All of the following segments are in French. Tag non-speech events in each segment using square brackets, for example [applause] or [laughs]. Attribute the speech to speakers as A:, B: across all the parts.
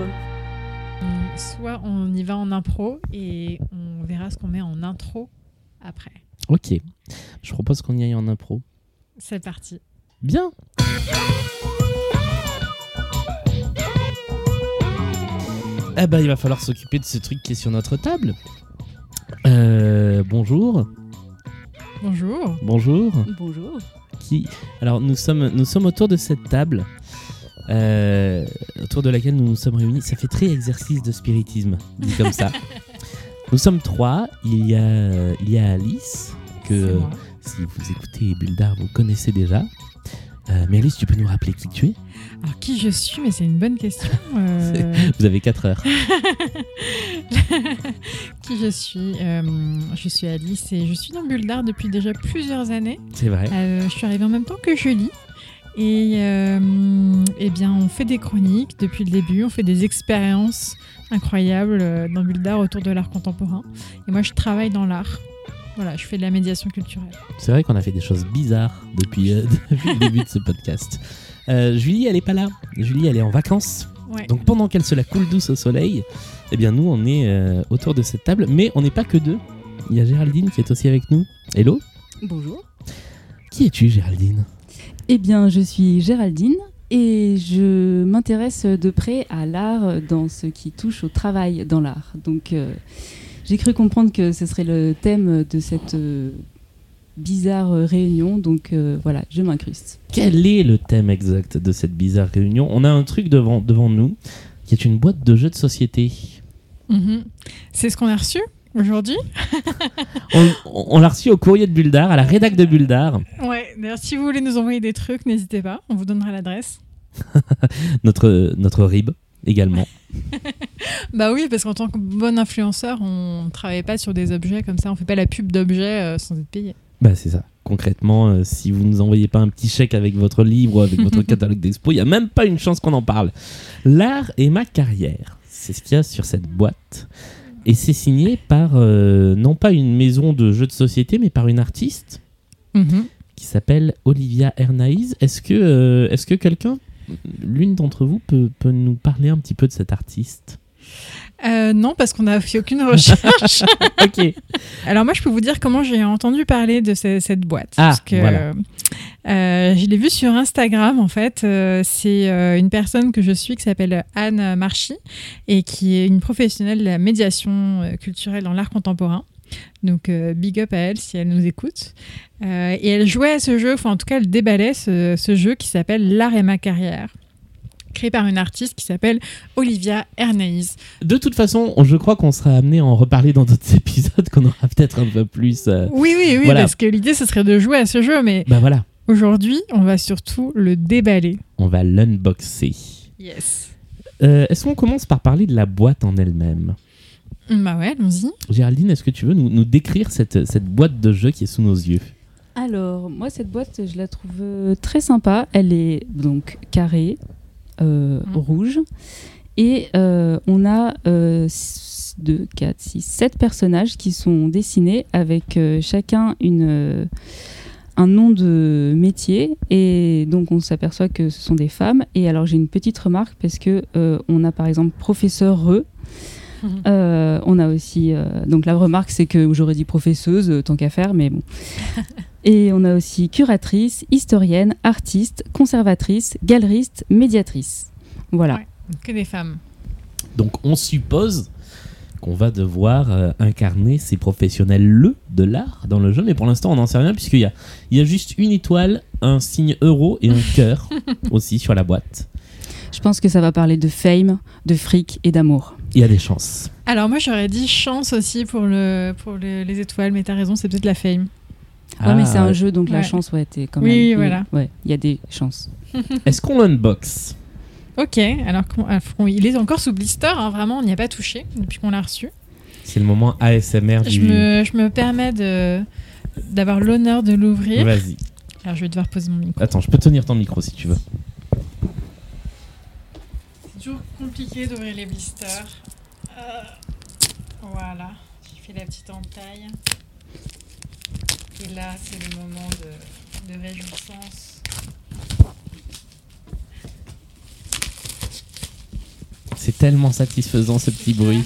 A: On- Soit on y va en impro et on verra ce qu'on met en intro après.
B: Ok. Je propose qu'on y aille en impro.
A: C'est parti.
B: Bien. Eh ben, il va falloir s'occuper de ce truc qui est sur notre table. Euh, bonjour.
A: Bonjour.
B: Bonjour.
C: Bonjour.
B: Qui Alors, nous sommes, nous sommes autour de cette table. euh, autour de laquelle nous nous sommes réunis. Ça fait très exercice de spiritisme, dit
A: [laughs]
B: comme ça. nous sommes trois. Il y a, il y a Alice,
A: C'est
B: que
A: moi.
B: si vous écoutez Bulldar, vous connaissez déjà. Euh, mais Alice, tu peux nous rappeler qui tu es
A: Alors qui je suis, mais c'est une bonne question. euh,
B: Vous avez 4 heures.
A: qui je suis Euh, Je suis Alice et je suis dans Bulldar depuis déjà plusieurs années.
B: C'est vrai.
A: Euh, je suis arrivée en même temps que Julie. Et euh, eh bien, on fait des chroniques depuis le début, on fait des expériences incroyables euh, dans Bulldar autour de l'art contemporain. Et moi, je travaille dans l'art. Voilà, je fais de la médiation culturelle.
B: C'est vrai qu'on a fait des choses bizarres depuis, euh, [laughs] depuis le début de ce podcast. Euh, Julie, elle est pas là. Julie, elle est en vacances.
A: Ouais.
B: Donc pendant qu'elle se la coule douce au soleil, eh bien nous, on est euh, autour de cette table. Mais on n'est pas que deux. Il y a Géraldine qui est aussi avec nous. Hello
C: Bonjour.
B: Qui es-tu, Géraldine
C: Eh bien, je suis Géraldine et je m'intéresse de près à l'art dans ce qui touche au travail dans l'art. Donc, euh, j'ai cru comprendre que ce serait le thème de cette euh, bizarre réunion. Donc, euh, voilà, je m'incruste.
B: Quel est le thème exact de cette bizarre réunion On a un truc devant, devant nous qui est une boîte de jeux de société.
A: Mhm. C'est ce qu'on a reçu aujourd'hui.
B: On, on- on l'a reçu au courrier de Bulldar, à la rédac de Bulldar.
A: Ouais. D'ailleurs, si vous voulez nous envoyer des trucs, n'hésitez pas. On vous donnera l'adresse.
B: notre, notre RIB également.
A: Bah oui, parce qu'en tant que bon influenceur, on ne travaille pas sur des objets comme ça. On fait pas la pub d'objets euh, sans être payé.
B: [laughs] Bah c'est ça. Concrètement, euh, si vous nous envoyez pas un petit chèque avec votre livre ou avec [laughs] votre catalogue d'expo, il n'y a même pas une chance qu'on en parle. L'art et ma carrière, c'est ce qu'il y a sur cette boîte. Et c'est signé par, euh, non pas une maison de jeux de société, mais par une artiste
A: Mhm.
B: qui s'appelle Olivia Hernaïs. Est-ce que, euh, est-ce que quelqu'un, l'une d'entre vous, peut, peut nous parler un petit peu de cette artiste
A: Euh, non, parce qu'on n'a fait aucune [laughs] recherche.
B: [laughs] Ok.
A: Alors moi, je peux vous dire comment j'ai entendu parler de ce- cette boîte.
B: Ah,
A: parce que
B: voilà.
A: euh, je l'ai vue sur Instagram, en fait. Euh, c'est euh, une personne que je suis qui s'appelle Anne Marchi et qui est une professionnelle de la médiation euh, culturelle dans l'art contemporain. Donc euh, big up à elle si elle nous écoute. Euh, et elle jouait à ce jeu, enfin en tout cas elle déballait ce, ce jeu qui s'appelle L'art et ma carrière, créé par une artiste qui s'appelle Olivia Hernaïs.
B: De toute façon, on- je crois qu'on sera amené à en reparler dans d'autres [laughs] épisodes, qu'on aura peut-être un peu plus. euh,
A: Oui, oui, oui,
B: Voilà.
A: parce que l'idée ce serait de jouer à ce jeu, mais
B: Bah voilà,
A: Aujourd'hui, on va surtout le déballer.
B: on va l'unboxer.
A: Yes.
B: Euh, est-ce qu'on commence par parler de la boîte en elle-même
A: Bah ouais, allons-y.
B: Géraldine, est-ce que tu veux nous, nous décrire cette, cette boîte de jeu qui est sous nos yeux
C: Alors, moi, cette boîte, je la trouve euh, très sympa. Elle est donc carrée, euh,
A: Mhm.
C: rouge. Et euh, on a euh, 2, 4, 6, 7 personnages qui sont dessinés avec euh, chacun une, euh, un nom de métier. Et donc, on s'aperçoit que ce sont des femmes. Et alors, j'ai une petite remarque parce que euh, on a par exemple professeur Re.
A: Mhm.
C: Euh, on a aussi. euh, donc, la remarque, c'est que j'aurais dit professeuse, euh, tant qu'à faire, mais bon. Et on a aussi curatrice, historienne, artiste, conservatrice, galeriste, médiatrice. Voilà.
A: Ouais. Que des femmes.
B: Donc on suppose qu'on va devoir euh, incarner ces professionnels-le de l'art dans le jeu, mais pour l'instant on n'en sait rien puisqu'il y a, il y a juste une étoile, un signe euro et un
C: [laughs]
B: cœur aussi sur la boîte.
C: Je pense que ça va parler de fame, de fric et d'amour.
B: Il y a des chances.
A: Alors moi, j'aurais dit chance aussi pour, le, pour le- les étoiles, mais t'as raison, c'est peut-être la fame.
B: Ah,
C: ouais, Ah, mais c'est un jeu, donc la
A: Ouais.
C: chance, ouais, t'es quand
A: Oui,
C: même.
A: oui,
C: il-
A: voilà.
C: Ouais, il y a des chances.
B: Est-ce qu'on l'unboxe
A: Ok, alors qu'on- ah, qu'on- il est encore sous blister, hein, vraiment, on n'y a pas touché depuis qu'on l'a reçu.
B: C'est le moment ASMR
A: Je
B: du...
A: me, je me permets de d'avoir l'honneur de l'ouvrir.
B: Vas-y.
A: Alors je vais devoir poser mon micro.
B: Attends, je peux tenir ton micro si tu veux.
A: C'est toujours compliqué d'ouvrir les blisters. Euh, voilà, j'ai fait la petite entaille. Et là, c'est le moment de, de réjouissance.
B: tellement satisfaisant Oh, ce petit bruit.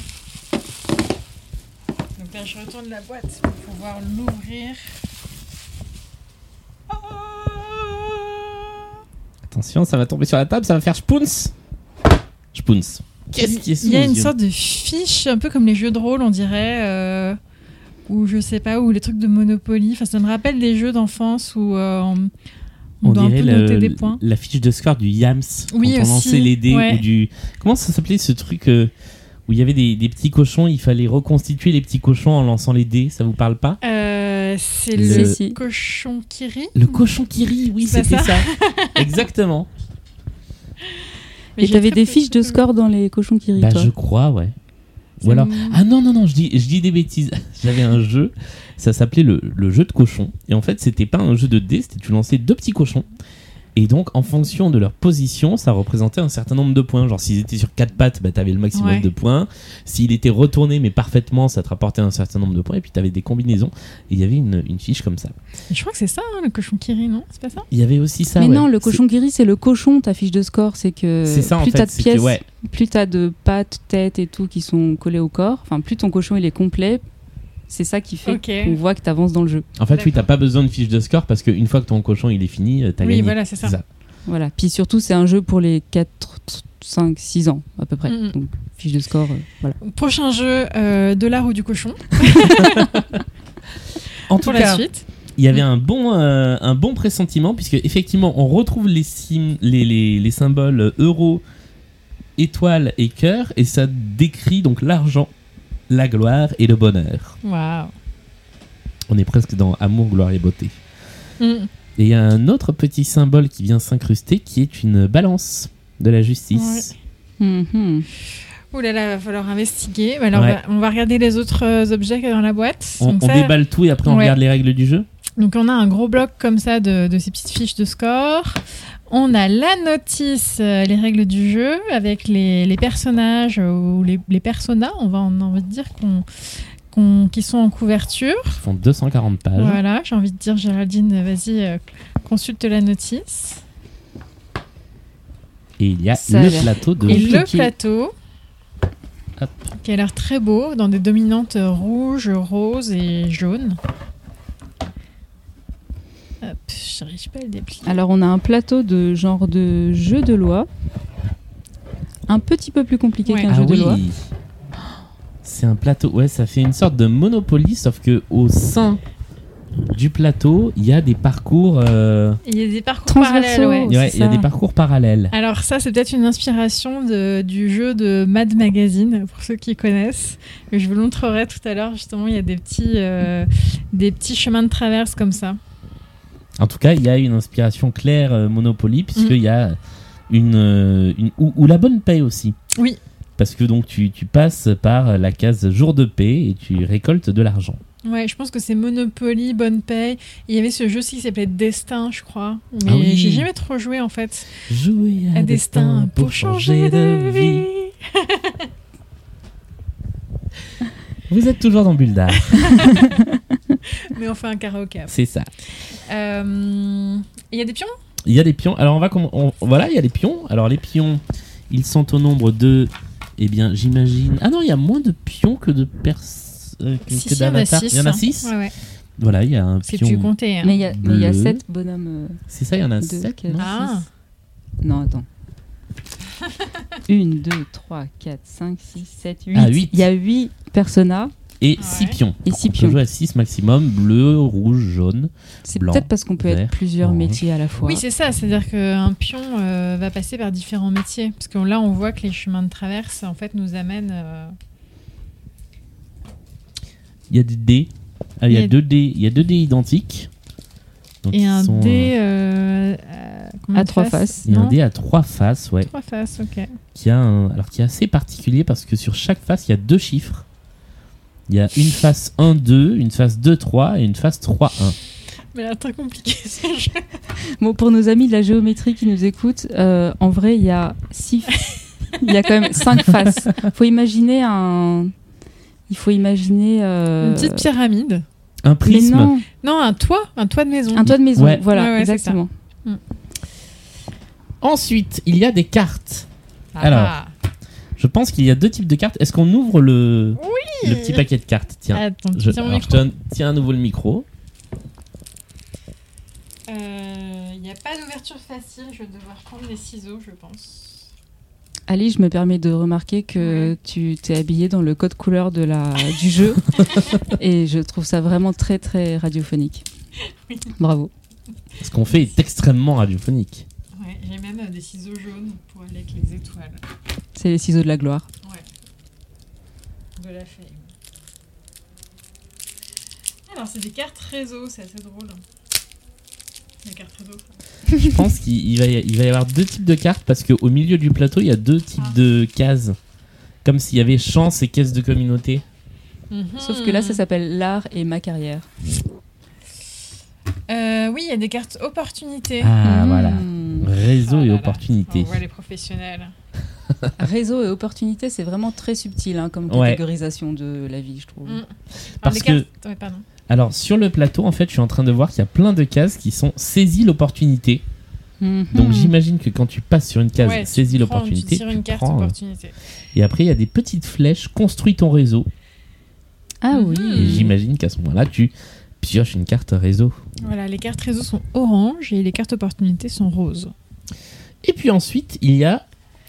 A: Donc là, je retourne la boîte pour pouvoir l'ouvrir. Ah
B: Attention, ça va tomber sur la table, ça va faire spoons. Spoons. Qu'est-ce qui est sous
A: Il y a
B: nos
A: une
B: yeux
A: sorte de fiche, un peu comme les jeux de rôle, on dirait, euh, ou je sais pas, ou les trucs de Monopoly. Enfin, ça me rappelle les jeux d'enfance où euh, on, on
B: On
A: doit un peu
B: dirait
A: noter
B: le-
A: des points.
B: la fiche de score du Yams
A: Oui,
B: quand
A: aussi,
B: on lançait les dés
A: ouais.
B: ou du comment ça s'appelait ce truc euh, où il y avait des, des petits cochons, il fallait reconstituer les petits cochons en lançant les dés, ça vous parle pas
A: Euh, c'est
B: Le-
A: le,
C: Si, si.
A: cochon qui rit.
B: Le cochon qui rit, oui,
A: C'est
B: c'était
A: pas
B: ça. Exactement.
A: Mais
C: Et
A: j'ai
C: t'avais
A: très
C: des
A: peu
C: fiches de
A: trucs
C: score dans les cochons qui rient,
B: Bah
C: toi
B: je crois, ouais.
A: Ça
B: Ou alors
A: me-
B: ah non non non, je dis je dis des bêtises. [laughs] J'avais un jeu, ça s'appelait le, le jeu de cochon et en fait, c'était pas un jeu de dés, c'était tu lançais deux petits cochons. Et donc, en fonction de leur position, ça représentait un certain nombre de points. Genre, s'ils étaient sur quatre pattes, bah, t'avais le maximum
A: Ouais.
B: de points. S'il était retourné, mais parfaitement, ça te rapportait un certain nombre de points. Et puis, t'avais des combinaisons. Et il y avait une, une fiche comme ça.
A: Je crois que c'est ça, hein, le cochon qui rit, non C'est pas ça
B: Il y avait aussi ça.
C: mais
B: ouais.
C: non, le
B: C'est-
C: cochon qui rit, c'est le cochon, ta fiche de score. C'est que
B: C'est ça, en
C: plus
B: fait,
C: t'as de
B: c'est que,
C: pièces,
B: ouais.
C: plus t'as de pattes, têtes et tout qui sont collées au corps, enfin, plus ton cochon il est complet, c'est ça qui fait
A: Ok.
C: qu'on voit que t'avances dans le jeu.
B: En fait,
A: D'accord.
B: oui, t'as pas besoin de fiche de score parce qu'une fois que ton cochon il est fini, euh, t'as
A: Oui,
B: gagné.
A: voilà, c'est ça.
C: Voilà. Puis surtout, c'est un jeu pour les 4, 5, 6 ans à peu près.
A: Mhm.
C: Donc, fiche de score, euh, voilà.
A: Prochain jeu, euh, de l'art ou du cochon,
B: En tout
A: pour
B: cas,
A: la suite.
B: il y avait un bon, euh, un bon pressentiment puisque effectivement, on retrouve les, sim- les, les, les symboles euh, euro, étoile et cœur et ça décrit donc l'argent, la gloire et le bonheur.
A: Waouh.
B: On est presque dans amour, gloire et beauté.
A: Mm.
B: Et il y a un autre petit symbole qui vient s'incruster qui est une balance de la justice.
A: Mm-hmm.
C: Mhm.
A: Ouh là là, va falloir investiguer. Mais Alors,
B: Ouais.
A: on, va, on va regarder les autres euh, objets qu'il y a dans la boîte.
B: On,
A: donc,
B: on
A: ça-
B: déballe tout et après on
A: Ouais.
B: regarde les règles du jeu.
A: donc on a un gros bloc comme ça de, de ces petites fiches de score. On a la notice, euh, les règles du jeu, avec les, les personnages euh, ou les, les personas, on va en envie de dire, qu'on qu'on- qui sont en couverture.
B: Ils font 240 pages.
A: Voilà, j'ai envie de dire, Géraldine, vas-y, euh, consulte la notice.
B: Et il y a
C: Ça a
B: le
C: l'air
B: plateau de
A: Et
C: compliqué.
A: le plateau,
B: Hop.
A: qui a l'air très beau, dans des dominantes rouges, roses et jaunes. Hop, j'arrive pas à le déplier.
C: Alors, on a un plateau de genre de jeu de loi. Un petit peu plus compliqué
A: Ouais.
C: qu'un
B: Ah
C: jeu
B: oui.
C: de loi.
B: C'est un plateau. Ouais, ça fait une sorte de Monopoly, sauf que au sein du plateau, il y a des parcours. euh,
A: Il y a des parcours
C: Transversaux.
A: parallèles, ouais.
C: Oh,
B: ouais,
C: c'est
B: il y a
C: ça.
B: des parcours parallèles.
A: Alors ça, c'est peut-être une inspiration de- du jeu de Mad Magazine, pour ceux qui connaissent. Mais je vous le montrerai tout à l'heure, justement, il y a des petits, euh, des petits chemins de traverse comme ça.
B: En tout cas, il y a une inspiration claire euh, Monopoly,
A: Mm.
B: puisqu'il y a une, euh, une- ou, ou la bonne paix aussi.
A: Oui.
B: Parce que donc tu, tu passes par la case jour de paix et tu récoltes de l'argent.
A: Ouais, je pense que c'est Monopoly, Bonne Paye. Il y avait ce jeu aussi qui s'appelait Destin, je crois. Mais
B: Ah oui.
A: j'ai jamais trop joué, en fait.
B: Jouer
A: à destin pour changer de vie.
B: Vous êtes toujours dans Bulldar,
A: Mais on fait un karaoké. après.
B: [laughs] c'est ça.
A: Euh, Il y a des pions
B: Il y a des pions. Alors on va comm- on- voilà, il y a des pions. Alors les pions, ils sont au nombre de eh bien, j'imagine. Ah non, il y a moins de pions que de pers euh, que- que
A: Si, si, il y en a
B: d'avatars.
A: six.
B: Il y en a six.
A: Ouais, ouais.
B: Voilà, il y a un
A: C'est plus
B: pion.
A: compté. hein.
C: Mais il y a- mais il y a
B: Bleu.
C: 7 bonhommes. euh,
B: C'est ça, il y en a
C: Deux,
B: sept.
C: quatre.
B: non
A: Ah, [laughs]
C: Non, attends. 1, 2, 3, 4, 5, 6, 7, 8.
B: Ah, huit.
C: Il y a 8 personas.
A: Ouais.
B: Et six pions.
C: Et six
B: on
C: pions.
B: peut jouer à six maximum, bleu, rouge, jaune.
C: C'est
B: Blanc,
C: peut-être parce qu'on peut
B: vert,
C: être plusieurs
B: orange.
C: métiers à la fois.
A: oui, c'est ça. C'est-à-dire qu'un pion euh, va passer par différents métiers. Parce que là, on voit que les chemins de traverse, en fait, nous amènent. euh,
B: Il y a des dés. Ah, il y
A: Il y
B: a
A: a-
B: deux dés. Il y a deux dés identiques. Donc,
A: Et
B: ils
A: un
B: sont, euh,
A: dé. euh, à combien
C: À
A: de
C: trois faces.
B: Il y a un
A: Non
B: dé à trois faces, ouais.
A: Trois faces, ok.
B: qui a un- alors qui est assez particulier parce que sur chaque face il y a deux chiffres. Il y a une face 1 2, une face 2 3 et une face 3 1.
A: Mais là, très compliqué [laughs] ce jeu.
C: Bon, pour nos amis de la géométrie qui nous écoutent, euh, en vrai, il y a six.
A: [laughs]
C: il y a quand même cinq faces. Faut imaginer un. Il faut imaginer. euh,
A: Une petite pyramide.
B: Un
C: Mais
B: prisme.
C: non,
A: Non, un toit, un toit de maison.
C: un toit de maison.
B: Ouais.
C: Voilà,
A: Ouais, ouais, c'est
C: exactement.
B: Ensuite, il y a des cartes.
A: Ah.
B: Alors. Je pense qu'il y a deux types de cartes. Est-ce qu'on ouvre le, le petit paquet de cartes Tiens,
A: Attends,
B: je,
A: Euh, tiens mon
B: alors, je
A: micro.
B: te- tiens à nouveau le micro.
A: Il n'y Euh, a pas d'ouverture facile, je vais devoir prendre les ciseaux, je pense.
C: Ali, je me permets de remarquer que tu t'es habillée dans le code couleur de la,
A: [laughs]
C: du jeu et je trouve ça vraiment très très radiophonique.
A: Oui.
C: Bravo.
B: Ce qu'on fait est extrêmement radiophonique.
A: Ouais, j'ai même euh, des ciseaux jaunes pour aller avec les étoiles.
C: C'est les ciseaux de la gloire.
A: De la fame. Alors, c'est des cartes réseau, c'est assez drôle. Les cartes réseau.
B: Je pense qu'il il va, y- il va y avoir deux types de cartes parce qu'au milieu du plateau, il y a deux types de cases. Comme s'il y avait chance et caisse de communauté.
C: Sauf que là,
A: Mm.
C: ça s'appelle l'art et ma carrière.
A: Euh, oui, il y a des cartes opportunités.
B: Ah,
C: Mmh.
B: voilà. Réseau
A: Ah
B: et
A: là là. On
B: opportunités.
A: voit les professionnels.
C: Réseau et opportunité, c'est vraiment très subtil hein, comme
B: Ouais.
C: catégorisation de la vie, je trouve.
A: Mmh. Enfin,
B: Parce
A: des
B: que-
A: cartes- ouais, pardon.
B: Alors, sur le plateau, en fait, je suis en train de voir qu'il y a plein de cases qui sont saisis l'opportunité.
C: Mhm.
B: Donc, j'imagine que quand tu passes sur une case
A: Hmm. Ouais, tu
B: saisis
A: prends- Tu
B: l'opportunité,
A: tires
B: tu
A: une carte
B: prends, euh,
A: opportunité.
B: et après, il y a des petites flèches construis ton réseau.
C: Ah oui.
B: Et
A: Mhm.
B: j'imagine qu'à ce moment-là, tu pioches une carte réseau.
A: Voilà, les cartes réseau sont orange et les cartes opportunités sont roses.
B: Et puis ensuite, il y a,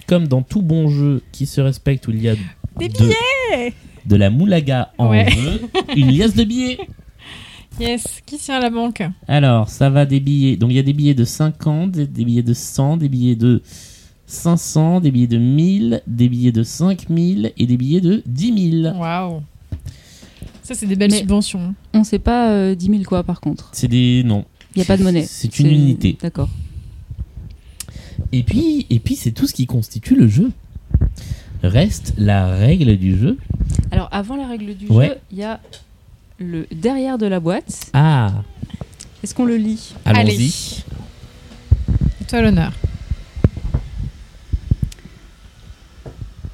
B: comme dans tout bon jeu qui se respecte, où il y a
A: Des
B: de, de la moulaga en
A: Ouais.
B: jeu, une liasse de billets.
A: Yes, qui tient la banque
B: Alors, ça va des billets. Donc, il y a des billets de 50, des des billets de 100, des billets de 500, des billets de 1000, des billets de 5000 et des billets de 10 000.
A: Waouh Ça, c'est des belles
C: Mais-
A: subventions. hein.
C: On sait pas euh, 10 000 quoi par contre.
B: C'est des. Non.
C: Il n'y a pas de monnaie.
B: C'est une unité.
C: D'accord.
B: Et puis, et puis c'est tout ce qui constitue le jeu. Reste la règle du jeu.
C: Alors avant la règle du
B: Ouais.
C: jeu, il y a le derrière de la boîte.
B: Ah,
C: Est-ce qu'on le lit
A: Allez.
B: allons-y.
A: Et toi l'honneur.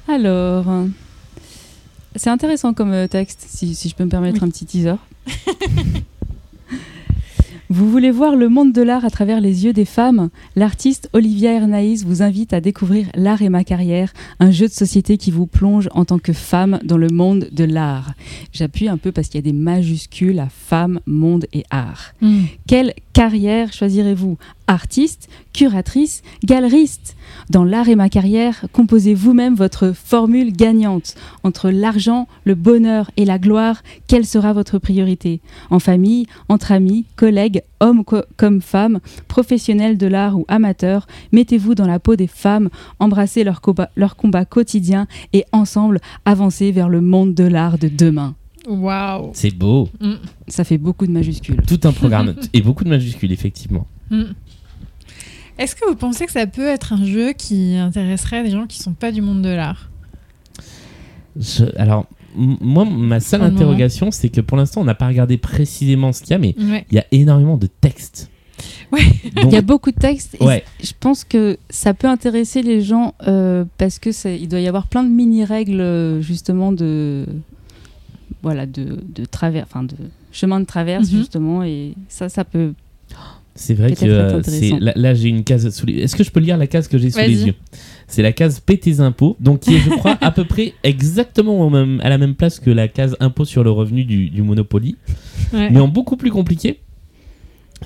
C: Alors, c'est intéressant comme euh, texte, si, si je peux me permettre un petit teaser. [laughs] vous voulez voir le monde de l'art à travers les yeux des femmes L'artiste Olivia Hernaïs vous invite à découvrir L'art et ma carrière, un jeu de société qui vous plonge en tant que femme dans le monde de l'art. J'appuie un peu parce qu'il y a des majuscules à femme, monde et art.
B: Hmm.
C: Quelle carrière choisirez-vous Artiste, curatrice, galeriste Dans l'art et ma carrière, composez vous-même votre formule gagnante. Entre l'argent, le bonheur et la gloire, quelle sera votre priorité En famille, entre amis, collègues, hommes co- comme femmes, professionnels de l'art ou amateurs, mettez-vous dans la peau des femmes, embrassez leur combat, leur combat quotidien et ensemble, avancez vers le monde de l'art de demain.
A: Waouh
B: C'est beau.
A: Mm,
C: Ça fait beaucoup de majuscules.
B: Tout un
C: [laughs]
B: programme. et beaucoup de majuscules, effectivement.
A: mm. Est-ce que vous pensez que ça peut être un jeu qui intéresserait des gens qui sont pas du monde de l'art
B: Je- alors, m- moi, ma seule
C: Oh
A: Pour le moment.
B: interrogation, c'est que pour l'instant, on n'a pas regardé précisément ce qu'il y a, mais
A: Ouais.
B: il y a énormément de textes.
A: Ouais.
B: Donc,
C: Il y a beaucoup de textes et
B: ouais.
C: Je pense que ça peut intéresser les gens euh, parce que c'est- il doit y avoir plein de mini règles euh, justement de voilà de, de travers, enfin de chemin de traverse
A: Mhm.
C: justement et ça ça peut.
B: C'est vrai que
C: peut-être
B: euh,
C: intéressant.
B: c'est- là, là, j'ai une case sous les. Est-ce que je peux lire la case que j'ai sous les
A: Vas-y.
B: yeux C'est la case paie tes impôts, donc qui est, je crois, à peu près exactement au même- à la même place que la case impôt sur le revenu du, du Monopoly,
A: Ouais.
B: mais en beaucoup plus compliqué.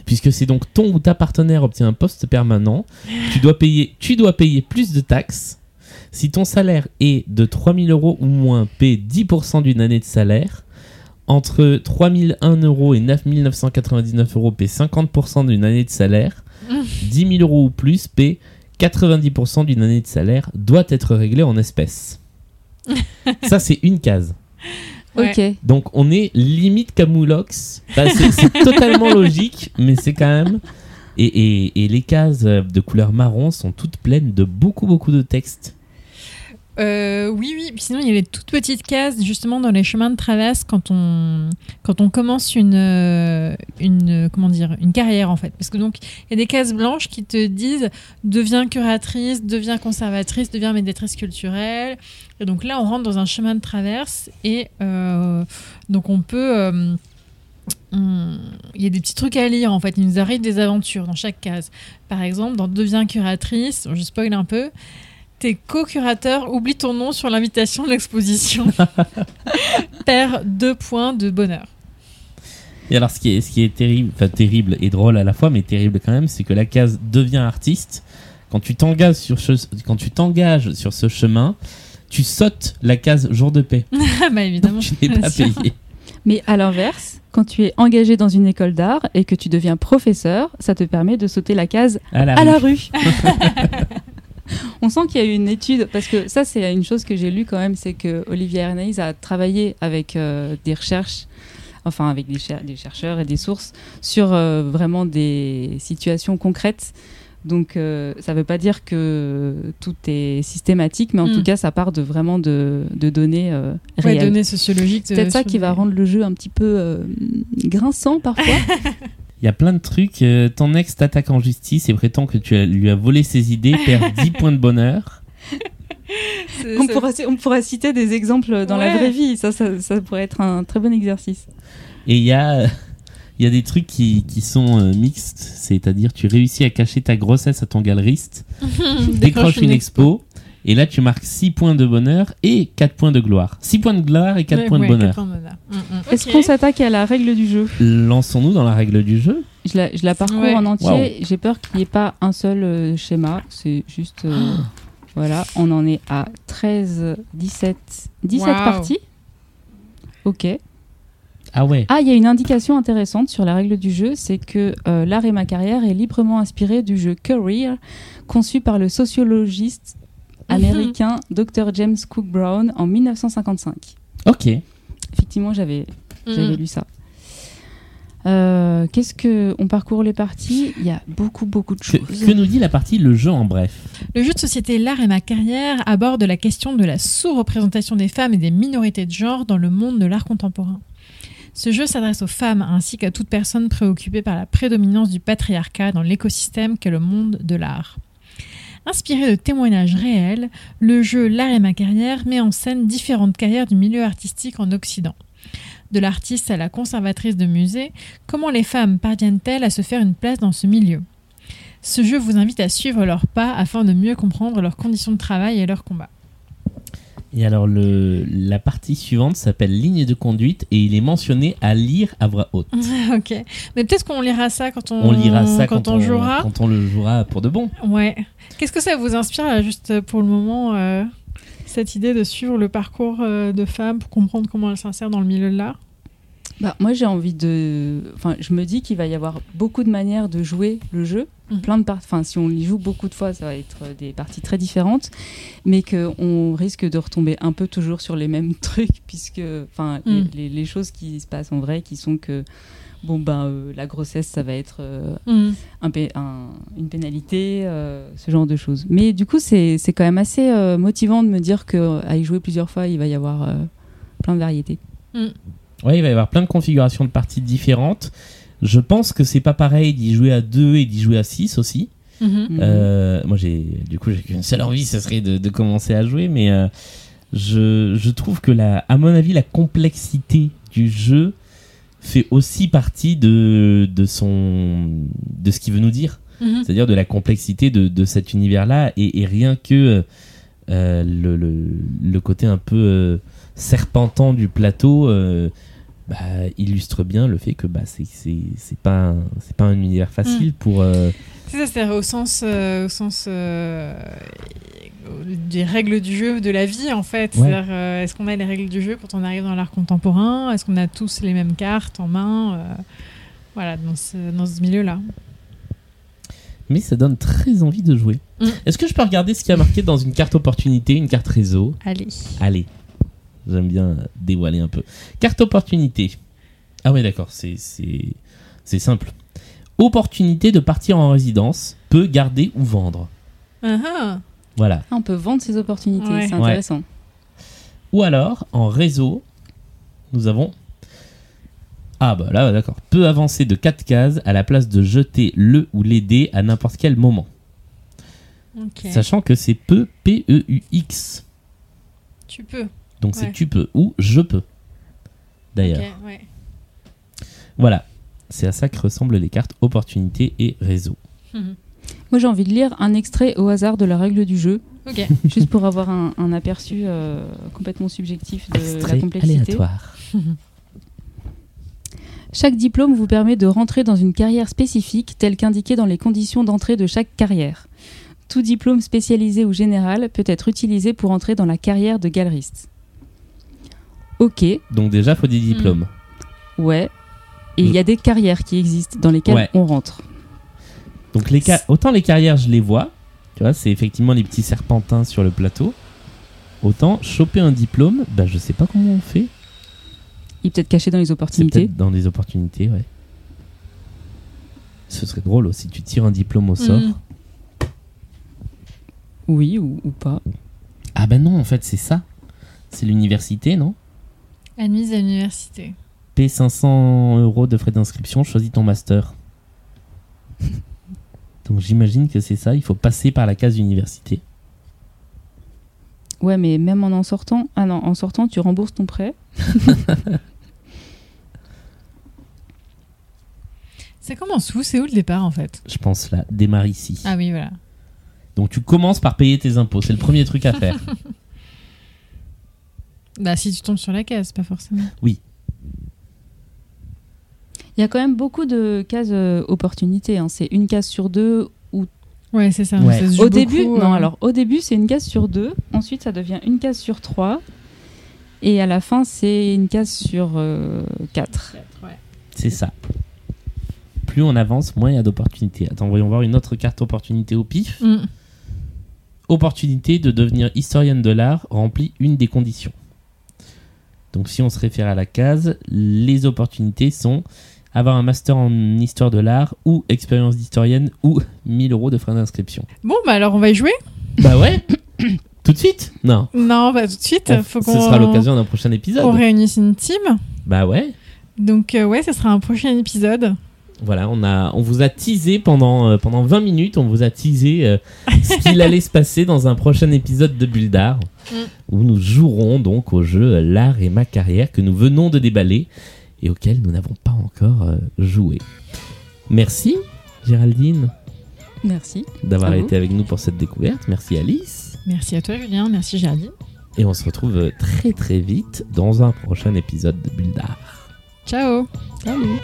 B: Puisque c'est donc ton ou ta partenaire obtient un poste permanent, tu dois payer, tu dois payer plus de taxes. Si ton salaire est de 3000 euros ou moins, paie 10% d'une année de salaire. Entre 3001 euros et 9999 euros, paie 50% d'une année de salaire.
A: Mmh.
B: 10 000 euros ou plus, paie 90% d'une année de salaire, doit être réglé en espèces. Ça, c'est une case.
A: Ouais.
C: Ok.
B: Donc, on est limite Camoulox. Enfin, c'est
A: [laughs]
B: c'est totalement logique, mais c'est quand même. Et, et- et les cases euh, de couleur marron sont toutes pleines de beaucoup, beaucoup de textes.
A: Euh, oui, oui. Puis sinon, il y a les toutes petites cases, justement, dans les chemins de traverse quand on, quand on commence une, euh, une, euh, comment dire, une carrière, en fait. Parce que donc, il y a des cases blanches qui te disent deviens curatrice, deviens conservatrice, deviens médiatrice culturelle. Et donc là, on rentre dans un chemin de traverse et euh, donc on peut. euh, on- il y a des petits trucs à lire en fait. Il nous arrive des aventures dans chaque case. Par exemple, dans Deviens curatrice, je spoil un peu, T'es co-curateur, oublie ton nom sur l'invitation de
C: [laughs]
A: l'exposition. Perds deux points de bonheur. [laughs]
B: Et alors, ce qui est, ce qui est terrible, enfin terrible et drôle à la fois, mais terrible quand même, c'est que la case devient artiste. Quand tu t'engages sur, che- quand tu t'engages sur ce chemin, tu sautes la case jour
A: [laughs]
B: de paix.
A: Ah bah évidemment.
B: Donc, tu n'es pas
A: Bien sûr.
B: payé.
C: Mais à l'inverse, quand tu es engagé dans une école d'art et que tu deviens professeur, ça te permet de sauter la case
B: À la
C: à
B: rue.
C: la rue. [laughs] On sent qu'il y a eu une étude, parce que ça, c'est une chose que j'ai lue quand même, c'est que Olivier Hernaïs a travaillé avec euh, des recherches, enfin avec des, cher- des chercheurs et des sources, sur euh, vraiment des situations concrètes. Donc, euh, ça ne veut pas dire que tout est systématique, mais en
A: Mm.
C: tout cas, ça part de vraiment de, de données euh,
A: Ouais,
C: réelles.
A: données sociologiques. de-
C: C'est peut-être ça
A: sur
C: qui
A: les-
C: va rendre le jeu un petit peu euh, grinçant parfois.
B: Il y a plein de trucs. euh, ton ex t'attaque en justice et prétend que tu as- lui as volé ses idées,
A: [laughs]
B: perd 10 points de bonheur.
A: C'est-
C: on,
A: c'est- [laughs]
C: pourra, on pourra citer des exemples dans la
A: Ouais.
C: vraie vie. Ça, ça, ça pourrait être un très bon exercice.
B: Et il y a, [laughs] euh, il y a des trucs qui, qui sont euh, mixtes. C'est-à-dire, tu réussis à cacher ta grossesse à ton galeriste, décroche une expo. Et là, tu marques 6 points de bonheur et 4 points de gloire. 6 points de gloire et 4
A: Ouais,
B: points
A: ouais,
B: de bonheur.
A: quatre points de bonheur. Mm, mm.
C: Est-ce
A: Ok.
C: qu'on s'attaque à la règle du jeu
B: Lançons-nous dans la règle du jeu.
C: je la, je la parcours
A: Ouais.
C: en entier. J'ai peur qu'il n'y ait pas un seul euh, schéma. C'est juste. euh, voilà, on en est à 13, 17, 17
A: Waouh.
C: parties. Ok.
B: Ah ouais.
C: Ah, il y a une indication intéressante sur la règle du jeu, c'est que euh, l'art et ma carrière est librement inspiré du jeu Career, conçu par le sociologiste
A: Mhm.
C: américain Dr. James Cook Brown en 1955.
B: Ok.
C: Effectivement, j'avais
A: Mm.
C: j'avais lu ça. Euh, Qu'est-ce que on parcourt les parties Il y a beaucoup beaucoup de
B: Que,
C: choses.
B: que nous dit la partie le jeu en bref
A: Le jeu de société L'art et ma carrière aborde la question de la sous-représentation des femmes et des minorités de genre dans le monde de l'art contemporain. Ce jeu s'adresse aux femmes ainsi qu'à toute personne préoccupée par la prédominance du patriarcat dans l'écosystème qu'est le monde de l'art. Inspiré de témoignages réels, le jeu L'art et ma carrière met en scène différentes carrières du milieu artistique en Occident. De l'artiste à la conservatrice de musée, comment les femmes parviennent-elles à se faire une place dans ce milieu ce jeu vous invite à suivre leurs pas afin de mieux comprendre leurs conditions de travail et leurs combats.
B: Et alors, le, la partie suivante s'appelle ligne de conduite et il est mentionné à lire à voix
A: [laughs]
B: haute.
A: [laughs] ok. Mais peut-être qu'on lira ça quand on,
B: On lira ça
A: quand, on, jouera.
B: quand on le jouera pour de bon.
A: Ouais. Qu'est-ce que ça vous inspire, là, juste pour le moment, euh, cette idée de suivre le parcours euh, de femmes pour comprendre comment elles s'insèrent dans le milieu de l'art
C: Bah, moi, j'ai envie de. Enfin, je me dis qu'il va y avoir beaucoup de manières de jouer le jeu.
A: Mhm.
C: Plein de par- Enfin, si on y joue beaucoup de fois, ça va être euh, des parties très différentes, mais qu'on risque de retomber un peu toujours sur les mêmes [laughs] trucs, puisque, enfin, les-
A: Mm.
C: les, les choses qui se passent en vrai, qui sont que, bon ben, euh, la grossesse, ça va être euh,
A: Mhm.
C: un pé- un- une pénalité, euh, ce genre de choses. Mais du coup, c'est c'est quand même assez euh, motivant de me dire qu'à y jouer plusieurs fois, il va y avoir euh, plein de variétés.
B: Ouais, il va y avoir plein de configurations de parties différentes. Je pense que c'est pas pareil d'y jouer à 2 et d'y jouer à 6 aussi.
A: Mhm.
C: Mhm.
B: Euh, moi, j'ai du coup, j'ai qu'une seule envie, ce serait de, de commencer à jouer, mais euh, je, je trouve que la, à mon avis, la complexité du jeu fait aussi partie de, de son de ce qu'il veut nous dire,
A: Mhm.
B: c'est-à-dire de la complexité de, de cet univers-là, et, et rien que euh, le, le, le côté un peu euh, serpentant du plateau. euh, bah, illustre bien le fait que bah, c'est- c'est c'est pas, un- c'est pas un univers facile pour, euh,
A: C'est ça, c'est-à-dire au sens, euh, au sens euh, des règles du jeu, de la vie en fait.
B: Ouais.
A: C'est-à-dire, euh, est-ce qu'on a les règles du jeu quand on arrive dans l'art contemporain Est-ce qu'on a tous les mêmes cartes en main Euh, Voilà, dans ce, dans ce milieu-là.
B: mais ça donne très envie de jouer.
A: Mm.
B: Est-ce que je peux regarder ce qu'il y a marqué dans une carte opportunité, une carte réseau
A: Allez.
B: Allez, j'aime bien dévoiler un peu. Carte opportunité. Ah ouais, d'accord, c'est c'est c'est simple. Opportunité de partir en résidence, peut garder ou vendre.
A: Ah
B: Voilà.
C: Ah, on peut vendre ses opportunités,
A: Ouais.
C: c'est
B: Ouais.
C: intéressant.
B: Ou alors, en réseau, nous avons. Ah bah là, d'accord. Peut avancer de 4 cases à la place de jeter le ou les dés à n'importe quel moment.
A: ah, ok.
B: Sachant que c'est E peu P-E-U-X.
A: Tu peux.
B: Donc c'est
A: Ouais.
B: tu peux ou je peux. D'ailleurs,
A: Ok, ouais. [laughs]
B: voilà. C'est à ça que ressemblent les cartes opportunités et réseau.
A: Mhm.
B: [laughs]
C: Moi, j'ai envie de lire un extrait au hasard de la règle du jeu
A: Ok.
C: juste pour avoir un, un aperçu euh, complètement subjectif de Euh, la
B: Extrait
C: complexité.
B: aléatoire.
C: Chaque diplôme vous permet de rentrer dans une carrière spécifique telle qu'indiquée dans les conditions d'entrée de chaque carrière. Tout diplôme spécialisé ou général peut être utilisé pour entrer dans la carrière de galeriste. Ok,
B: Donc déjà, faut des diplômes.
C: Hmm. ouais. Et il y a des carrières qui existent dans lesquelles
B: Ouais.
C: on rentre.
B: Donc les ca- autant les carrières, je les vois. Tu vois, c'est effectivement les petits serpentins sur le plateau. Autant choper un diplôme, bah, je sais pas comment on fait.
C: Il est peut-être caché dans les
B: C'est
C: opportunités.
B: peut-être dans des opportunités, ouais. Ce serait drôle si tu tires un diplôme au sort.
A: Mm.
C: Oui ou, ou pas.
B: Ah ben non, en fait, c'est ça. C'est l'université, non
A: Admise à l'université.
B: Paie 500 euros de frais d'inscription, choisis ton master. Donc j'imagine que c'est ça, il faut passer par la case université.
C: Ouais, mais même en en sortant, ah non, en sortant, tu rembourses ton prêt.
A: Ça commence où C'est où le départ en fait
B: Je pense là, démarre ici.
A: Ah oui, voilà.
B: Donc tu commences par payer tes impôts, c'est le premier truc
A: [laughs]
B: à faire.
A: Bah, si tu tombes sur la case, pas forcément.
C: Il y a quand même beaucoup de cases euh, opportunités. hein. C'est une case sur deux.
A: Ouais, c'est ça.
B: Ouais.
A: ça se joue
C: Au début,
A: beaucoup,
C: non.
A: euh,
C: Alors au début, c'est une case sur deux. Ensuite, ça devient une case sur trois. Et à la fin, c'est une case sur euh, quatre.
B: C'est ça. Plus on avance, moins il y a d'opportunités. Attends, voyons voir une autre carte opportunité au pif.
A: Mm.
B: Opportunité de devenir historienne de l'art remplit une des conditions. Donc si on se réfère à la case, les opportunités sont avoir un master en histoire de l'art ou expérience d'historienne ou 1000 euros de frais d'inscription.
A: Bon, bah alors on va y jouer
B: Bah ouais [coughs] Tout de suite Non.
A: Non, bah tout de suite.
B: On-
A: faut
B: ce
A: qu'on
B: sera l'occasion d'un prochain épisode.
A: qu'on réunisse une team.
B: Bah ouais
A: Donc, euh, ouais, ça sera un prochain épisode.
B: Voilà, on, a, on vous a teasé pendant, euh, pendant 20 minutes, on vous a teasé euh, ce qu'il [laughs] allait se passer dans un prochain épisode de Bulldar,
C: Mm.
B: où nous jouerons donc au jeu L'art et ma carrière que nous venons de déballer et auquel nous n'avons pas encore euh, joué. Merci Géraldine
C: Merci.
B: d'avoir
C: À vous.
B: été avec nous pour cette découverte, merci Alice,
A: Merci à toi, Julien. Merci, Géraldine.
B: et on se retrouve euh, très très vite dans un prochain épisode de Bulldar.
A: Ciao
B: Salut